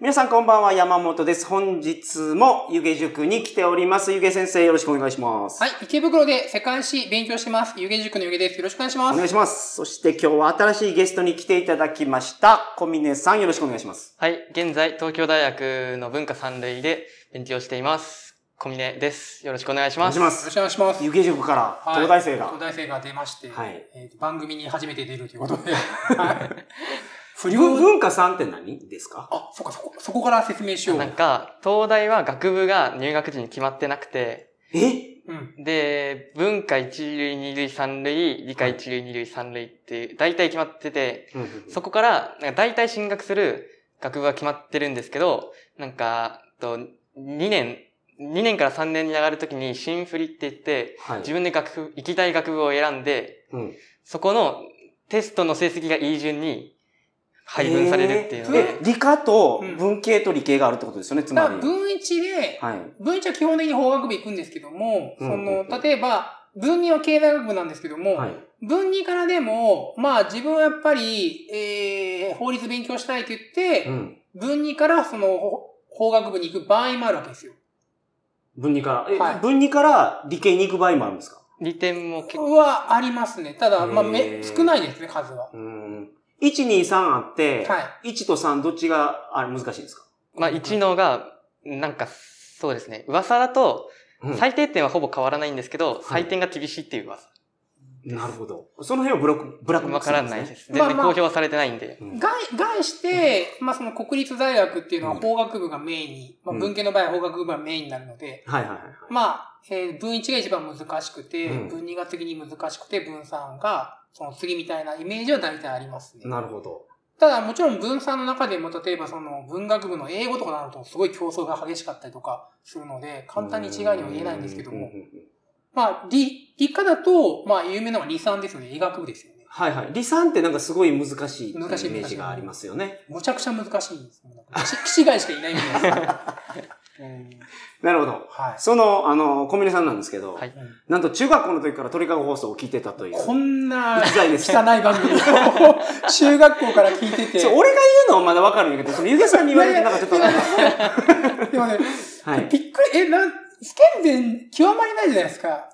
皆さんこんばんは、山本です。本日も湯気塾に来ております。湯気先生、よろしくお願いします。はい、池袋で世界史勉強してます。湯気塾の湯気です。よろしくお願いしまお願す。いします。そして今日は新しいゲストに来ていただきました。小峰さん、よろしくお願いします。はい、現在、東京大学の文化三類で勉強しています。小峰です。よろしくお願いしお願まいしす。まよろす。しくお願いします。湯気塾から、はい東大生が、東大生が出まして、はいえー番組に初めて出るということで。 不文良文化さんって何ですかあ、そっか、そこ、そこから説明しよう。うなんん。か、東大は学部が入学時に決まってなくて、えで、文化一類、二類、三類、理科一類、二類、三類っていう、大体決まってて、そこから、なんか大体進学する学部は決まってるんですけど、なんか、と2年、2年から3年に上がるときに、新振りって言って、はい自分で学部、行きたい学部を選んで、うんそこのテストの成績がいい順に配分されるっていうので、えー理科とうん文系と理系があるってことですよね、つだまからり。文一で、はい。文一は基本的に法学部行くんですけども、うそんうんうんの、例えば、文二は経済学部なんですけども、はい。文二からでも、まあ自分はやっぱり、えー、法律勉強したいって言って、うん。文二からその法法学部に行く場合もあるわけですよ。文二から、え、はい文二から理系に行く場合もあるんですか2点も結構、はありますね。ただ、まあ、へめ、ー少ないですね、数は。うん。1、2、3あって、はい。 1と3どっちが、あれ難しいんですかまあ1のが、なんか、そうですね。噂だと、うん最低点はほぼ変わらないんですけど、はい採点が厳しいっていう噂。なるほど。その辺はブラック、ブラックボッわクかスならんですねないです。ね全まあ然まあ公表はされてないんで。うん外、外して、まあ、その国立大学っていうのはうん法学部がメインに、まあ、うん文系の場合は法学部がメインになるので、はいはいはい。まあ、えー文1が一番難しくて、うん文2が次に難しくて、文3が、その次みたいなイメージは大体ありますね。なるほど。ただ、もちろん文3の中でも、例えばその文学部の英語とかなると、すごい競争が激しかったりとかするので、簡単に違いには言えないんですけどうもう、んうんうんまあ、理、理科だと、まあ、有名なのは理算ですよね。医学部ですよね。はいはい。理算ってなんかすごい難しいっていうイメ難しいージがありますよね。むちゃくちゃ難しいんですよ。なんか騎士騎士外しかいないみたい な。うんなるほど。はその、あの、小峰さんなんですけど、はいい。うんなんと中学校の時から鳥かご放送を聞いてたという。こ んな一台です汚い番組を中学校から聞いてて。そう俺が言うのはまだわかるんやけど、そのゆげさんに言われてなんかちょっとなんか、でもね、 はい。びっくり、え、なん、不健全極まりないじゃないですか。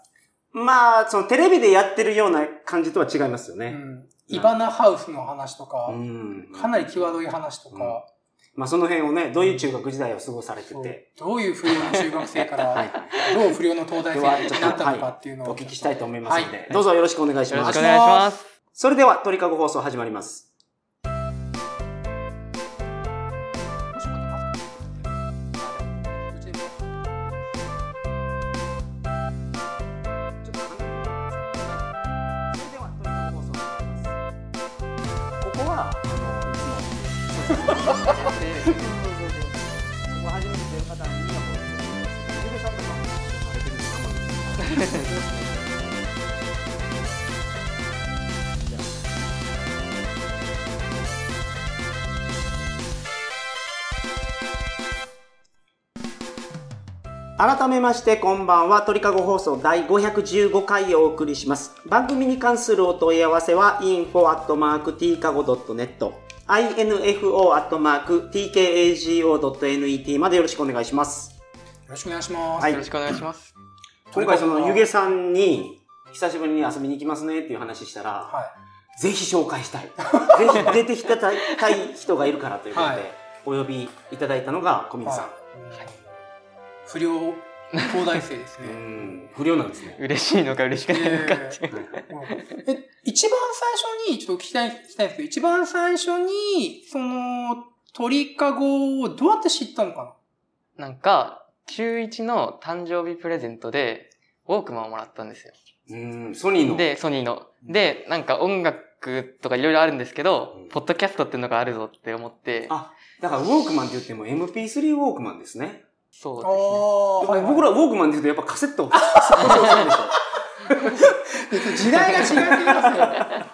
まあ、そのテレビでやってるような感じとは違いますようね。ん。イバナハウスの話とうか、ん。かなり際どい話とか、まあその辺をね、どういう中学時代を過ごされてそうて、どういう不良の中学生かはいら、。どう不良の東大生になったのかっていうのを。お聞きしたいと思いますので、はどうぞよろしくお願いしよろましくすお。願いします。それでは、鳥かご放送始まります。ここは、初めて出る方には、ゆさんとかもされてるんですか改めましてこんばんは鳥かご放送第515回をお送りします番組に関するお問い合わせは info.tkago.net info.tkago.net までよろしくお願いしますよろしくお願いします。はいよろしくお願いします。今回そのゆげさんに久しぶりに遊びに行きますねっていう話したらはぜひ紹介したいぜひ出てきたたい人がいるからということで、はいお呼びいただいたのが小い。水さん、はい。不良、東大生ですう ね。ん不良なん ですね嬉しいのか嬉しくないのかっていう。え、一番最初に、ちょっと聞きたい、聞きたいんですけど、一番最初に、その、鳥かごをどうやって知ったのかなんか、中1の誕生日プレゼントで、ウォークマンをもらったんですよ。うんソニーので、ソニーの。で、なんか音楽とかいろいろあるんですけどうん、ポッドキャストっていうのがあるぞって思って、あ、だからウォークマンって言っても MP3 ウォークマンですね。そうなですね。あでも僕ら、らウォークマンって言うとやっぱカセットを そうそうそうでしょ時代が違っていますよ。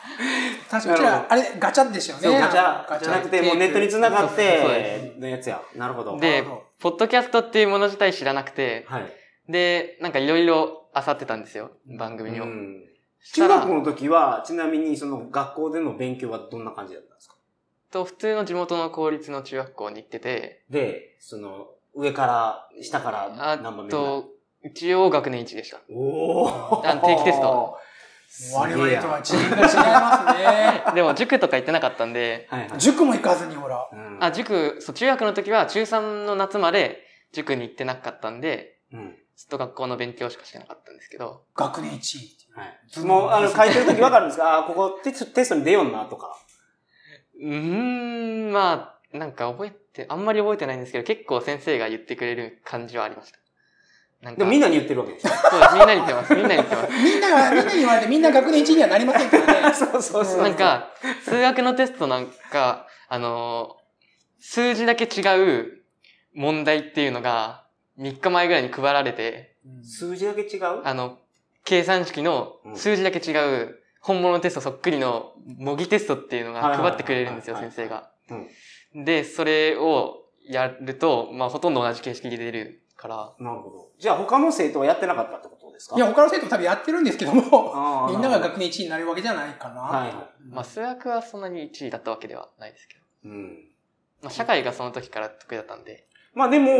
確かに、うちなるら、あれ、ガチャでしたよそうね。ガチャじゃなくてもうネットに繋がっそうですてのやつや。なるほど。でなるほ どポッドキャストっていうもの自体知らなくて、はい。で、なんかいろいろ漁ってたんですよ、番組をう。んし中たら学校の時は、ちなみにその学校での勉強はどんな感じだったんですかと、普通の地元の公立の中学校に行ってて、で、その、上から、下からあ何番目になると、一応学年1でした。おーあ定期テスト。す我げえ々やとは次元が違いま すね。でも塾とか行ってなかったんで、はいはい。塾も行かずに、ほら。うんあ、塾、そう、中学の時は中3の夏まで塾に行ってなかったんで、うん。ずっと学校の勉強しかしてなかったんですけど、学年1位。はい。もう、あの、書いてるときわかるんですかあー、ここテストテストに出よんな、とか。うーん、まあ、なんか覚えて、あんまり覚えてないんですけど、結構先生が言ってくれる感じはありました。なんか、でもみんなに言ってるわけですよ。そうですみんなに言ってます。みんなに言って ます。みんなが、みんなに言われてみんな学年1位にはなりませんからね。そうそうそう。なん、か、数学のテストなんか、あのー数字だけ違う問題っていうのが、3日前ぐらいに配られて、数字だけ違うあの、計算式の数字だけ違う、本物のテストそっくりの模擬テストっていうのがはいはいはい配ってくれるんですよ、はいはい先生が。で、それをやると、まあ、ほとんど同じ形式で出るから、なるほど。じゃあ他の生徒はやってなかったってことですかいや、、他の生徒も多分やってるんですけども、あーみんなが学年1位になるわけじゃないかな。はいはまあ、数学はそんなに1位だったわけではないですけど、うん。まあ、社会がその時から得意だったんで、まあでも、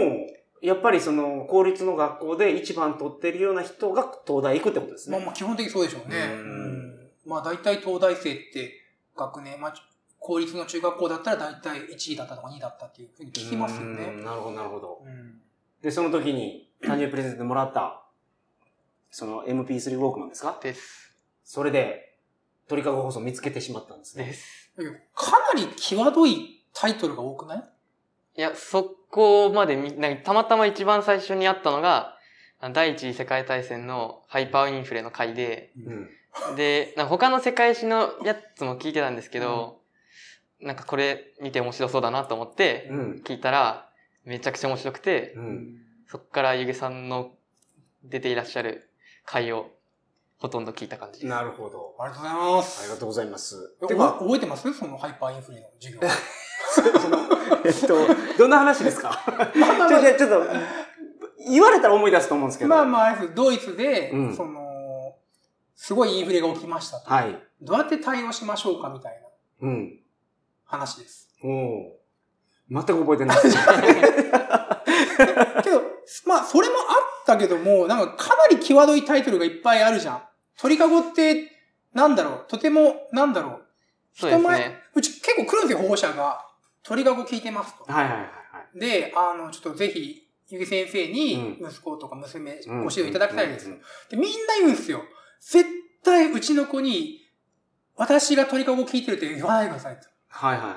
やっぱりその、公立の学校で一番取ってるような人が東大行くってことですまあね。まあ基本的にそうでしょうね。ううんんまあ大体東大生って学年、まあ公立の中学校だったら大体1位だったとか2位だったっていうふうに聞きますようね。んなるほど、なるほど。うんで、その時に、誕生日プレゼントでもらった、その MP3 ウォークマンですかです。それで、鳥かご放送見つけてしまったんですね。です。だけどかなり際どいタイトルが多くないいや、そこまでみ、なんかたまたま一番最初にあったのが、あの第一次世界大戦のハイパーインフレの回で、うん。で、なんか他の世界史のやつも聞いてたんですけど、なんかこれ見て面白そうだなと思って、うん。聞いたら、めちゃくちゃ面白くて、うん。そっからゆげさんの出ていらっしゃる回をほとんど聞いた感じです。なるほど。ありがとうございまありすが。とうございます。えておぼか、覚えてますそのハイパーインフレの授業。 えっと、どんな話ですかまあまあちまょ、あちょ、ちょっと、言われたら思い出すと思うんですけど。まあまああれです、ドイツで、うんその、すごいインフレが起きましたと。はい。どうやって対応しましょうかみたいなうん。話です。おお。全く覚えてない です。けど、まあ、それもあったけども、なんかかなり際どいタイトルがいっぱいあるじゃん。鳥かごって、なんだろう、とても、なんだろう、そうです人前ね。うち結構来るんですよ、保護者が。鳥かご聞いてますと。はいはいはいで、あの、ちょっとぜひ、ゆぎ先生に、う息子とか娘、はい。ご指導いただきたいですうん。で、みんな言うんですよ。絶対うちの子に、私が鳥かご聞いてるって言わないでくださいと。はいはいはい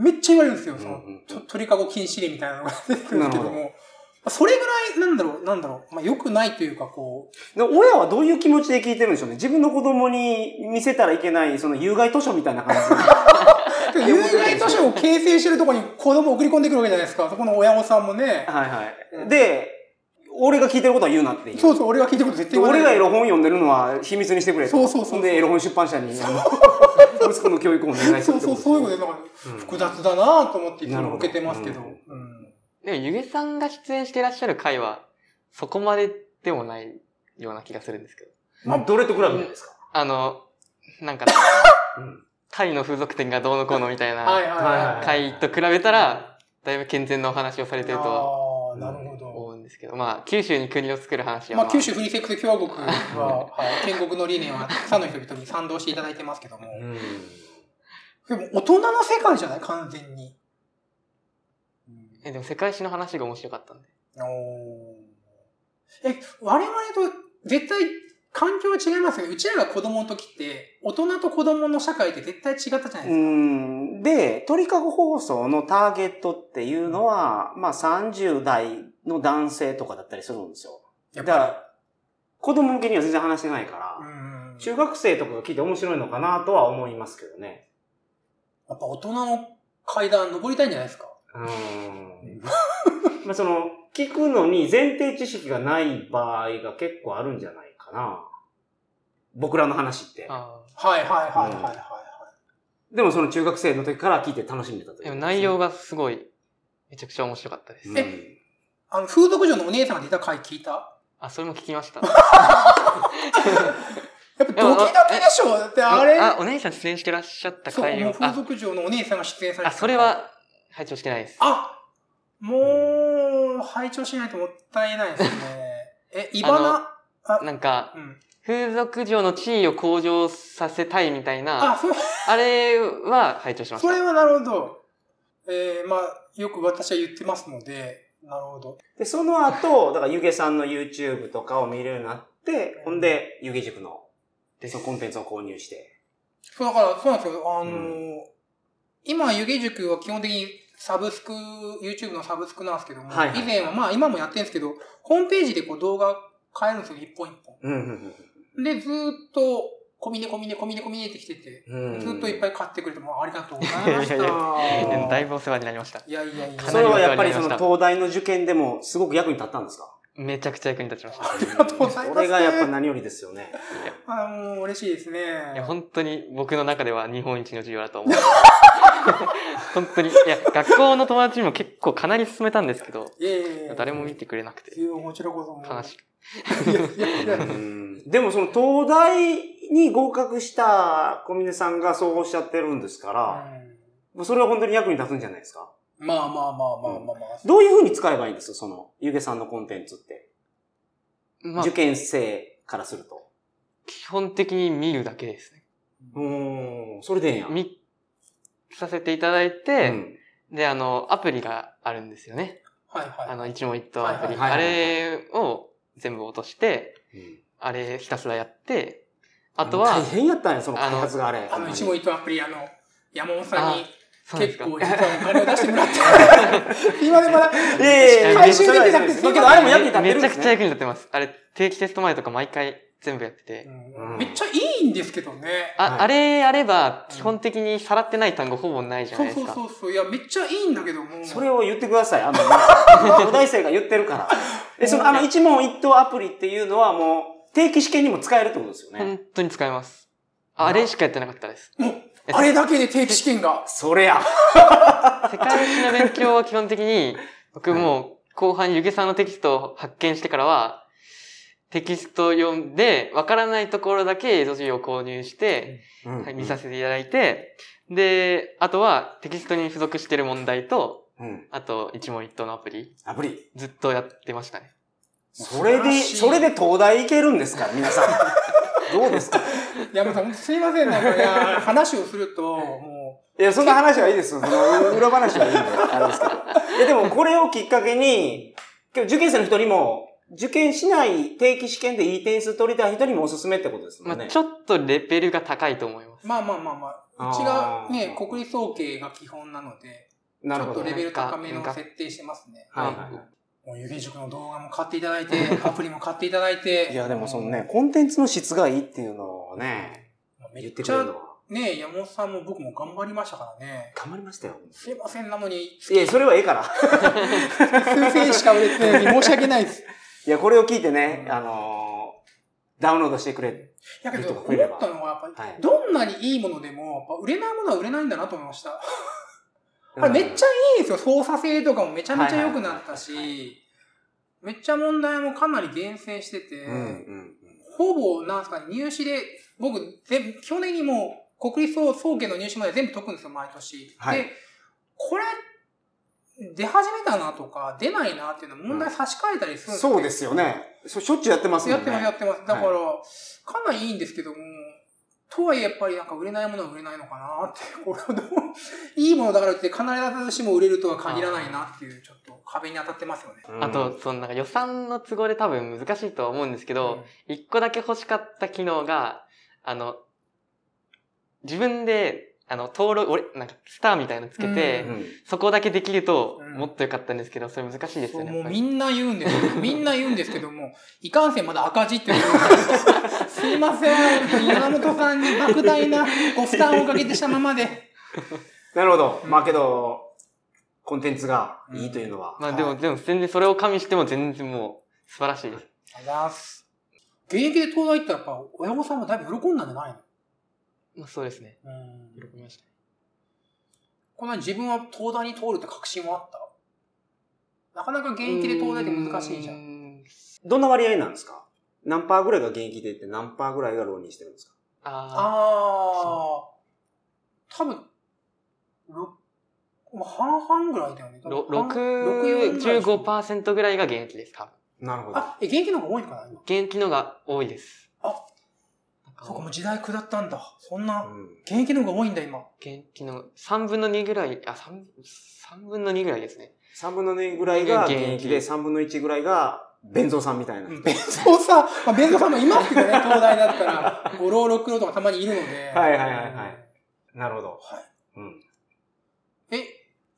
めっちゃ言われるんですよ、その、うんうんうんと鳥かご禁止令みたいなのが 出てくるんですけどなるも。それぐらい、なんだろう、なんだろう、まあ良くないというか、 こう、。で親はどういう気持ちで聞いてるんでしょうね。自分の子供に見せたらいけない、その有害図書みたいな感 有害図書を形成してるところに子供を送り込んでくるわけじゃないですか。そこの親御さんもねじ。。はいはい。で、俺が聞いてることは言うなっていう。そうそう、俺が聞いたこと絶で対言わな俺い。がエロ本読んでるのは秘密にしてくれとそうそうそうほんで、エロ本出版社に、あの息子の教育をお願いすそるうってそこう、とそういうことでですなんかね。複雑だなぁと思っていつなるほもど受けてますけど。うんうんでもゆげさんが出演していらっしゃる回は、そこまででもないような気がするんですけど。うん。まあ、どれと比べるんですかあの、なんか、うんタイの風俗店がどうのこうのみたいはいなはいはいははいい。回と比べたら、だいぶ健全なお話をされてるとあはあ、なるほど。思うんですけど、まあ、九州に国を作る話は、まあ、九州フリーセックス共和国は、はい建国の理念は、他の人々に賛同していただいてますけども。うん。でも大人の世界じゃない完全に。え、でも世界史の話が面白かったんで。おーえ、我々と絶対環境は違いますよね。うちらが子供の時って、大人と子供の社会って絶対違ったじゃないうですか。ん。で、鳥かご放送のターゲットっていうのは、まあ30代の男性とかだったりするんですよ。やだっかぱら、子供向けには全然話してないから、り。うん。中学生とかが聞いて面白いのかなとは思いますけどね。やっぱ大人の階段登りたいんじゃないですか。うん。 まあその、聞くのに前提知識がない場合が結構あるんじゃないかな。僕らの話って。あはいはいはいはいはい。でもその中学生の時から聞いて楽しんでたといあ。う。でも内容がすごい、めちゃくちゃ面白かったです。うん。あの、風俗嬢のお姉さんが出た回聞いたあ、それも聞きました。やっぱドキドキでしょだってあれ、あ、お姉さん出演してらっしゃったそう、回もうを。風あ、俗嬢のお姉さんが出演されあてたそれ。は、拝聴してないです。あもう、拝聴しないともったいないですね。え、イバナ、なんか、うん。風俗嬢の地位を向上させたいみたいな、あ、あそれれは拝聴しましそれた。はなるほど。えー、まあ、よく私は言ってますので、なるほど。で、その後、だからゆげさんの YouTube とかを見れるようになって、ほんで、ゆげ塾のですそのコンテンツを購入して。そう、だから、そうなんですよ。あのーう今、湯気塾は基本的にサブスク、YouTube のサブスクなんですけども、はいはいはい以前は、まあ今もやってるんですけど、ホームページでこう動画変えるんですよ、一本一うんうん本。で、ずーっと、コミネコミネコミネコミネってきてて、うんうんずっといっぱい。い買ってくれて、もうありがとうござ いました。いやいやうんだいいぶお世話になりました。やいやいや。かそなれりはやっぱりお世その話になりました東大の受験でもすごく役に立ったんですかめちゃくちゃ役に立ちました。ありがとうございますそれがやっぱ何よりですよね。あーもう嬉しいですね。いや、本当に僕の中では日本一の授業 だと思う。本当に。いや、学校の友達にも結構かなり勧めたんですけど、いやいやいや。誰も見てくれなくてい、や、こちらこそもう。悲しく。いやいやいやうんでもその東大に合格した小峰さんがそうおっしゃってるんですから、もうそれは本当に役に立つんじゃないですかうんまあまあまあまあまあまあ。どういうふうに使えばいいんですその、ゆげさんのコンテンツって。まあ受、験生からすると。基本的に見るだけですね。うーん、それでええんや。見させていただいて、で、あの、アプリがあるんですよね。はいはい。あの、一問一答アプリ。はいあはいはいれを全部落として、うんあれひたすらやって、あとは大、変やったんや、その開発があれ。あの、一問一答アプリ、あの、山本さんにそうなんで結すか構実はお金を出しても らって、今でまだ、いやいやいや回収できなくてそうだけど、あれも役に立ってめるんちでゃくすちゃね。役に立ってます。あれ、定期テスト前とか毎回全部やってて。うんめっちゃいいんですけどね。あ、はいあれやれば、基本的にさらってない単語ほぼないじゃなそいそうですうか。そうそう。いや、めっちゃいいんだけども。それを言ってください、あの、東大生が言ってるから。で、その、あの、一問一答アプリっていうのはもう、定期試験にも使えるってことですよね。本当に使えます。ああれしかやってなかったです。もう、あれだけで定期試験が。それや。世界史の勉強は基本的に、僕もう後半、ゆげさんのテキストを発見してからは、テキストを読んで、わからないところだけ映像授業を購入して、はい見させていただいて、で、あとはテキストに付属してる問題と、うん。あと一問一答のアプリ、アプリ。ずっとやってましたね。それで、そ素晴らしいれで東大行けるんですから、皆さん。どうですか山本さん、本当すいません。なんか、いや、 話をすると、もいや、そんな話はいいです。その裏話はいいんで、あれですけど。 いや、でもこれをきっかけに、今日受験生の人にも、受験しない定期試験でいい点数取りたい人にもおすすめってことですもまんあね。ちょっとレベルが高いと思います。う、まあまあまあまあ、うちがね、あー国立総計が基本なので、ちなるょっほとどレね。ベル高めの設定してますね。はいはいはもう、ゆげ塾の動画も買っていただいて、 アプリも買っていただいて。い。いや、でもそのね、コンテンツの質がいいっていうのをね、め言っってくちれゃるのは、ね、山本さんも僕も頑張りましたからね。頑張りましたよ。すいません、なのに、いや、それはええから。 数千円しか売れてないのに申し訳ないです。いや、これを聞いてね、うんあのーダウンロードしてくれ。だけど、 いいと思こっ増えればたのは、やっぱはいり、どんなにいいものでも、やっぱ売れないものは売れないんだなと思いました。あれめっちゃいいですよ。操作性とかもめちゃめちゃ良くはいはなったいはいし、めっちゃ問題もかなり厳選してて、うん、うん、ほぼ、なんすかね、入試で、僕、全部基本的にもう、国立総総研の入試まで全部解くんですよ、毎年。はいで、これ、出始めたなとか、出ないなっていうの問題差し替えたりすうるんん。よそうですよね。そしょっちゅうやってますもやんっね。てます、やってます。だから、はかなりいいんですけども、とはいえやっぱりなんか売れないものは売れないのかなって、これはどう、いいものだからって必ずしも売れるとは限らないなっていう、ちょっと壁に当たってますよね。うんあと、、そのなんか予算の都合で多分難しいとは思うんですけど、一個だけ欲しかった機能が、あの、自分で、あの、登録、俺、なんか、スターみたいのつけて、うんそこだけできるとう、んもっと良かったんですけど、それ難しいですそうよね。もやっうぱみりんな言うんですけど、みんな言うんですけども、いかんせんまだ赤字って言うんですすいません、山本さんに莫大なご負担をおかけてしたままで。なるほど。うんまあけど、コンテンツがいいというのは。まあでも、でも全然それを加味しても全然もう、素晴らしいです。ありがとうございます。現役で東大行ったらやっぱ親御さんもだいぶ喜んだんじゃないのまあそうですね。うん喜びました。こんな自分は東大に通るって確信はあったなかなか現役で東大って難しいじゃん。ん。どんな割合なんですか何パーぐらいが現役でって何パーぐらいが浪人してるんですかあああ、多分、ろまあ、半々ぐらいだよね。あ、多分ろ半6、六四ぐらい15%ぐらいが現役です、多分。なるほあ、え、現役の方が多いのかな、今。現役のが多いです。あなんそうか、もう時代下ったんだ。そんうな、ん。現役の方が多いんだ、今。現役の3分の2ぐらい、あ、3、三分の2ぐらいですね。 3分の2ぐらいが現役で、現3分の1ぐらいが、弁蔵さんみたいな。うん弁蔵さん、まあ、弁蔵さんもいますけどね、東大だったら、5浪、6浪とかたまにいるので。はいはいはいはい。なるほど。はいうん。え、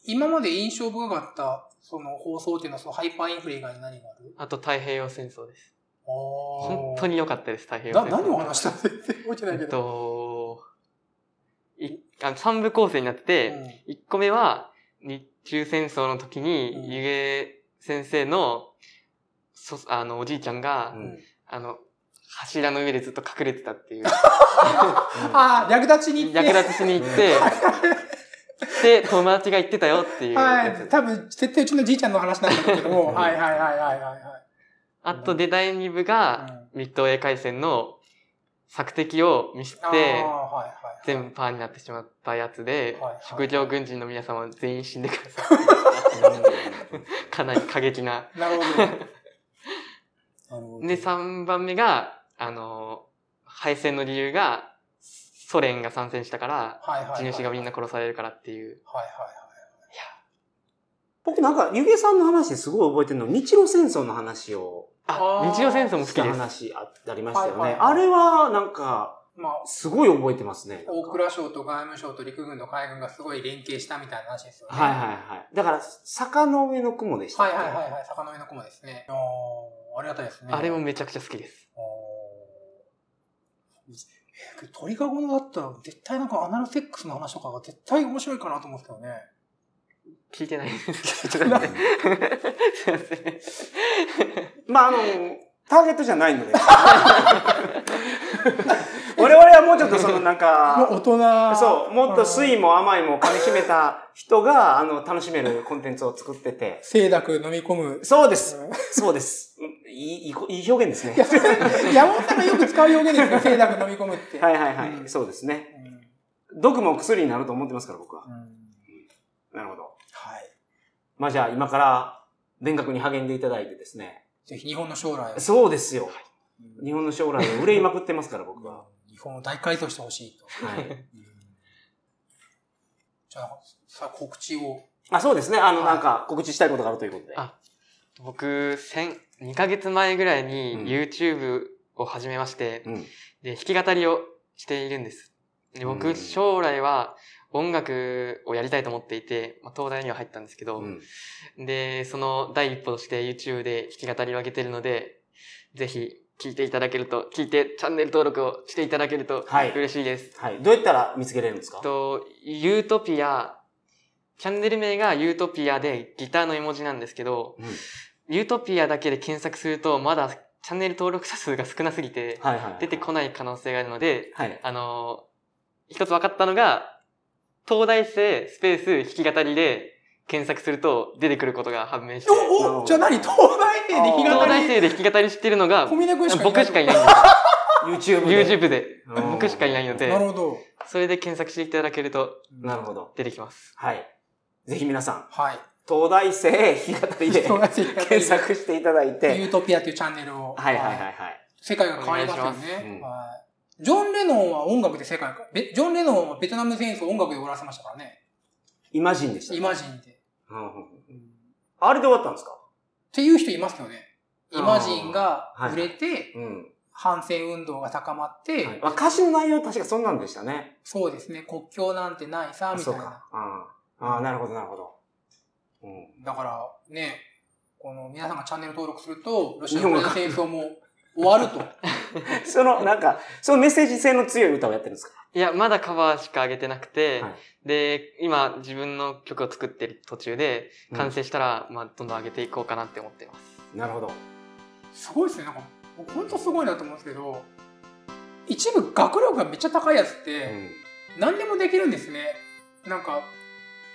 今まで印象深かった、その放送っていうのは、そのハイパーインフレ以外に何があるあと太平洋戦争です。本本当に良かったです、太平洋な、戦争。何を話したの全然覚えてないえけっど。と、いあの3部構成になってて、うん1個目は、日中戦争の時にうん、ゆげ先生の、そ、あの、おじいちゃんが、うんあの、柱の上でずっと隠れて たっていう。ああ、略立ちに行って。略奪しに行 って、で、友達が行ってたよっていうはやい。つ。多分、絶対うちのじいちゃんの話なんだけどうも。んはいはいはいはいはいあと、で、第2部が、はい。ミッドウェー海戦の索敵を見しああー、て、はいはい。全部パーになってしまったやつではいはい、職業軍人の皆様全員死んでくださ い。かなり過激な。なるほど。なるほど。で、3番目が、あの、敗戦の理由が、ソ連が参戦したから、はいはいはい。地主がみんはいな殺されるからっていう。はい僕なんか、湯気さんの話すごい覚えてるの、日露戦争の話をああ、ー日曜戦争も好しきたです。話あありましたよね。はいはいあれは、なんか、はい。まあ、すごい覚えてますね。大蔵省と外務省と陸軍と海軍がすごい連携したみたいな話ですよね。はいはいはい。だから、坂の上の雲でしたはっいけ。はいはいはい。坂の上の雲ですね。ああ、ありがたいですね。あれもあめちゃくちゃ好きです。ーえ鳥かごのだったら絶対なんかアナルセックスの話とかが絶対面白いかなと思うんですけどね。聞いてない です。てないすいません。まあ、あの、ターゲットじゃないので。 我々はもうちょっとそのなんもうか、大人。そう、もっと位。酸いも甘いも噛みしめた人が、あの、楽しめるコンテンツを作ってて。清濁飲み込む。そうです。うんそうです。うんいい、いいこいい表現ですね。山本さんがよく使う表現ですね、清濁飲み込むって。はいはいはい、うんそうですね。うん毒も薬になると思ってますから、僕はう。んなるほど。はい。まあじゃあ今から、勉学に励んでいただいてですね。ぜひ日本の将来を。そうですよ。うん日本の将来を憂いまくってますから、僕は。日本を大改造してほしいと。はい。じゃあ、さあ告知を。あ、そうですね。あの、はいなんか、告知したいことがあるということで。あ僕、先、2ヶ月前ぐらいにうん YouTube を始めまして、うん。で、弾き語りをしているんです。で僕、うん将来は音楽をやりたいと思っていて、まあ、東大には入ったんですけど、うんで、その第一歩として YouTube で弾き語りを上げてるので、ぜひ聞いていただけると、聞いてチャンネル登録をしていただけるとはい嬉しいです。はい。どうやったら見つけれるんですかと、ユートピア、チャンネル名がユートピアでギターの絵文字なんですけど、うんユートピアだけで検索するとまだチャンネル登録者数が少なすぎてはいはい。出てこない可能性があるので、はい。あのー一つ分かったのが、東大生スペース弾き語りで検索すると出てくることが判明して、なるおほおどじゃあ何東大生で日あー東が大生で弾き語りしてるのが小、峰君しかいない。僕しかいないんで YouTube で。す。YouTube で。うん僕しかいないのなるで、ほど。それで検索していただけるとなるほど。出てきます。はい。ぜひ皆さん、はい。東大生日語りで東大生検索していただいユて。ートピアというチャンネルを。はいはいはいはい。世界が変わりますよお願いしね。まはい。ジョン・レノンは音楽で世界が、べジョン・レノンはベトナム戦争を音楽で終わらせましたからね。イマジンでした。イマジンで。うんうんうんうんあれで終わったんですかっていう人いますよね。イマジンが売れて、うん。反戦運動が高まって、はいあ歌詞の内容確かそんなんでしたね。そうですね、国境なんてないさ、みたそいうなか。。うんああ、なるほどなるほど。うん。だからね、この皆さんがチャンネル登録すると、ロシア日本のが戦争も終わると。その、なんか、そのメッセージ性の強い歌をやってるんですかいや、まだカバーしか上げてなくて、はいで、今自分の曲を作ってる途中で、完成したら、まあ、どんどん上げていこうかなって思ってます。なるほど。 すごいですね、なんか、僕ほんとすごいなと思うんですけど、一部学力がめっちゃ高いやつっうて、ん。何でもできるんですね。なんか、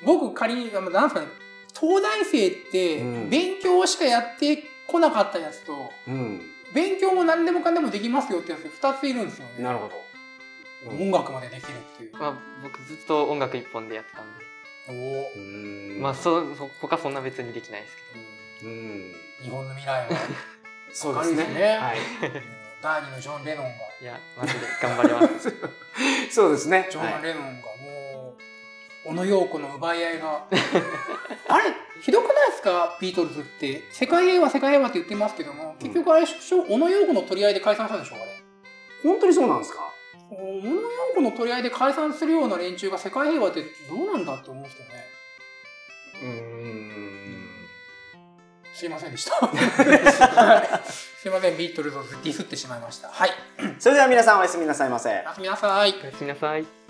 僕仮に、あのなんですかね、東大生ってうん勉強しかやってこなかったやつと、うん。勉強も何でもかんでもできますよってやつ2ついるんですよね。なるほど。うん音楽までできるっていう。まあ、僕ずっと音楽一本でやってたんで。おおう。んまあ、そう、そ他そんな別にできないですけうん。日本の未 来は。そうです明るいですね。ねはい。第二のジョン・レノンが、ど。いや、マジで頑張ります。そうですね。ジョはン・レノンがもう、小野洋子の奪い合いが。 あれ、ひどくないですかビートルズって。世界平和、世界平和って言ってますけども、結局あれ、小野洋子の取り合いで解散したんでしょうかね。い。本当にそうなんですか小野洋子の取り合いで解散するような連中が世界平和ってどうなんだって思うんですよね。うん。すいませんでした。 はいすいません、ビートルズをディスってしまいました。はい。それでは皆さんおやすみなさいませ。おやすみなさい。おやすみなさい。